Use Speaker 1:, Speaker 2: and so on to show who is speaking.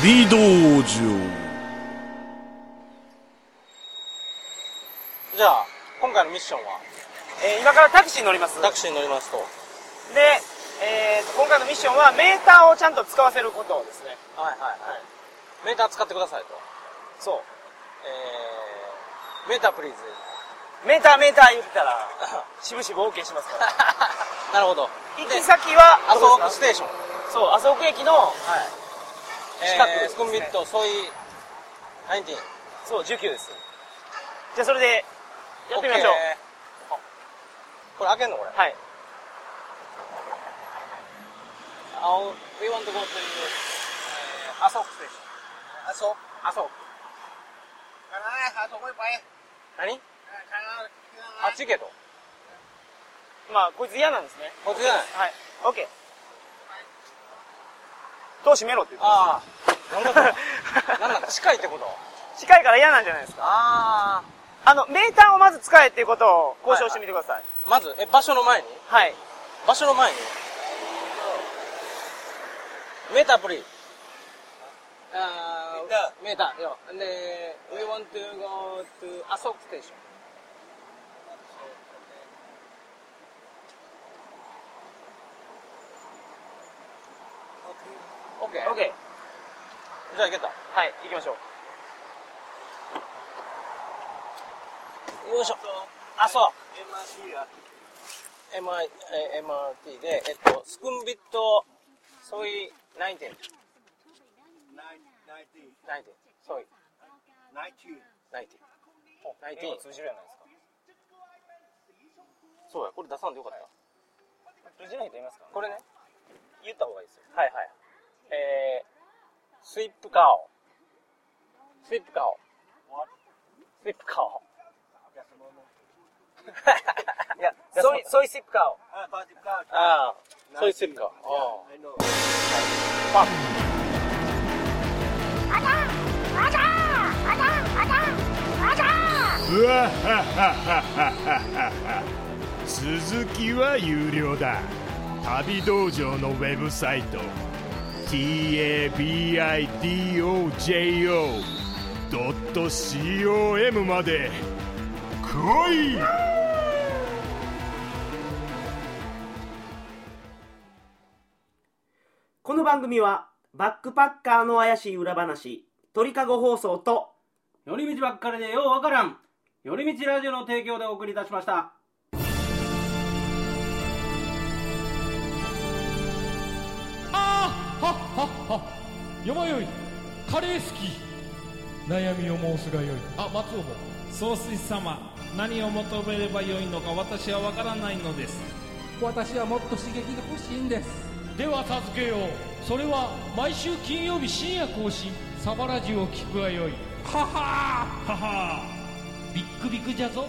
Speaker 1: 旅道場
Speaker 2: じゃあ今回のミッションは
Speaker 3: えー今からタクシーに乗りますで
Speaker 2: タク、シーに乗りますと
Speaker 3: えーと今回のミッションはメーターをちゃんと使わせることですね
Speaker 2: はいはいはいメーター使ってくださいと
Speaker 3: そ
Speaker 2: えー、メータープリーズ
Speaker 3: うメーターメーター言ってたらしぶしぶ OK しますか
Speaker 2: な
Speaker 3: ら
Speaker 2: るほど
Speaker 3: 行
Speaker 2: で
Speaker 3: き先は
Speaker 2: 麻
Speaker 3: ど
Speaker 2: 生
Speaker 3: こで
Speaker 2: 区
Speaker 3: す
Speaker 2: ステーショ
Speaker 3: か
Speaker 2: ン
Speaker 3: そう麻生区駅の近く
Speaker 2: え
Speaker 3: で
Speaker 2: ー、
Speaker 3: すね
Speaker 2: スコンビットソイナインティーン
Speaker 3: そう19ですじゃあそれでやってみましょう
Speaker 2: オッケーあこれ開けんのこれ
Speaker 3: はい
Speaker 2: I'll, we want to go to、えー、麻生区ステーション麻生
Speaker 3: 麻生区何
Speaker 2: あっち行けと
Speaker 3: まあこいつ嫌なんですね
Speaker 2: こっちじゃない
Speaker 3: はい OK 戸閉めろって言ってま
Speaker 2: ああなんだこれ なんだ近いってこと
Speaker 3: す近いから嫌なんじゃないですか
Speaker 2: あ
Speaker 3: あのメーターをまず使えっていうことを交渉してみてください
Speaker 2: あまずえ場所の前に
Speaker 3: はい、
Speaker 2: 場所の前にメータープリーあーメーターよで We want to go to アソクステーション OK
Speaker 3: オッケー
Speaker 2: じゃあ行けた
Speaker 3: はい行きましょう
Speaker 2: よいしょあそう MI えー MRT でえっとスクンビットソイ
Speaker 4: 19.
Speaker 2: 19 19ソイ
Speaker 4: 19.
Speaker 2: 19
Speaker 3: 英語
Speaker 2: 19
Speaker 3: 通じるじゃないですか
Speaker 2: そうやこれ出さんでよかった
Speaker 3: 通じない人いますか
Speaker 2: これね
Speaker 3: 言った方がいいですよ
Speaker 2: はいはい。えー、スイップカオ。スイップカオ。スイップカオ。 いや、
Speaker 3: ソイソイシップカーを
Speaker 4: Ah, 19. card.
Speaker 2: ああ、そういうスイップカオ。あ
Speaker 4: I know.
Speaker 1: うわははははは続きは有料だ旅道場のウェブサイト tabidojo.com まで来い
Speaker 5: この番組はバックパッカーの怪しい裏話鳥かご放送と
Speaker 6: 寄り道ばっかりでようわからん寄り道ラジオの提供でお送りいたしました
Speaker 7: あーはっはっはよまよいカレー好き悩みを申すがよいあ松尾も
Speaker 8: 総帥様何を求めればよいのか私は分からないのです
Speaker 9: 私はもっと刺激が欲しいんです
Speaker 7: では授けようそれは毎週金曜日深夜更新サバラジュを聞くがよいははーははービックビックじゃぞ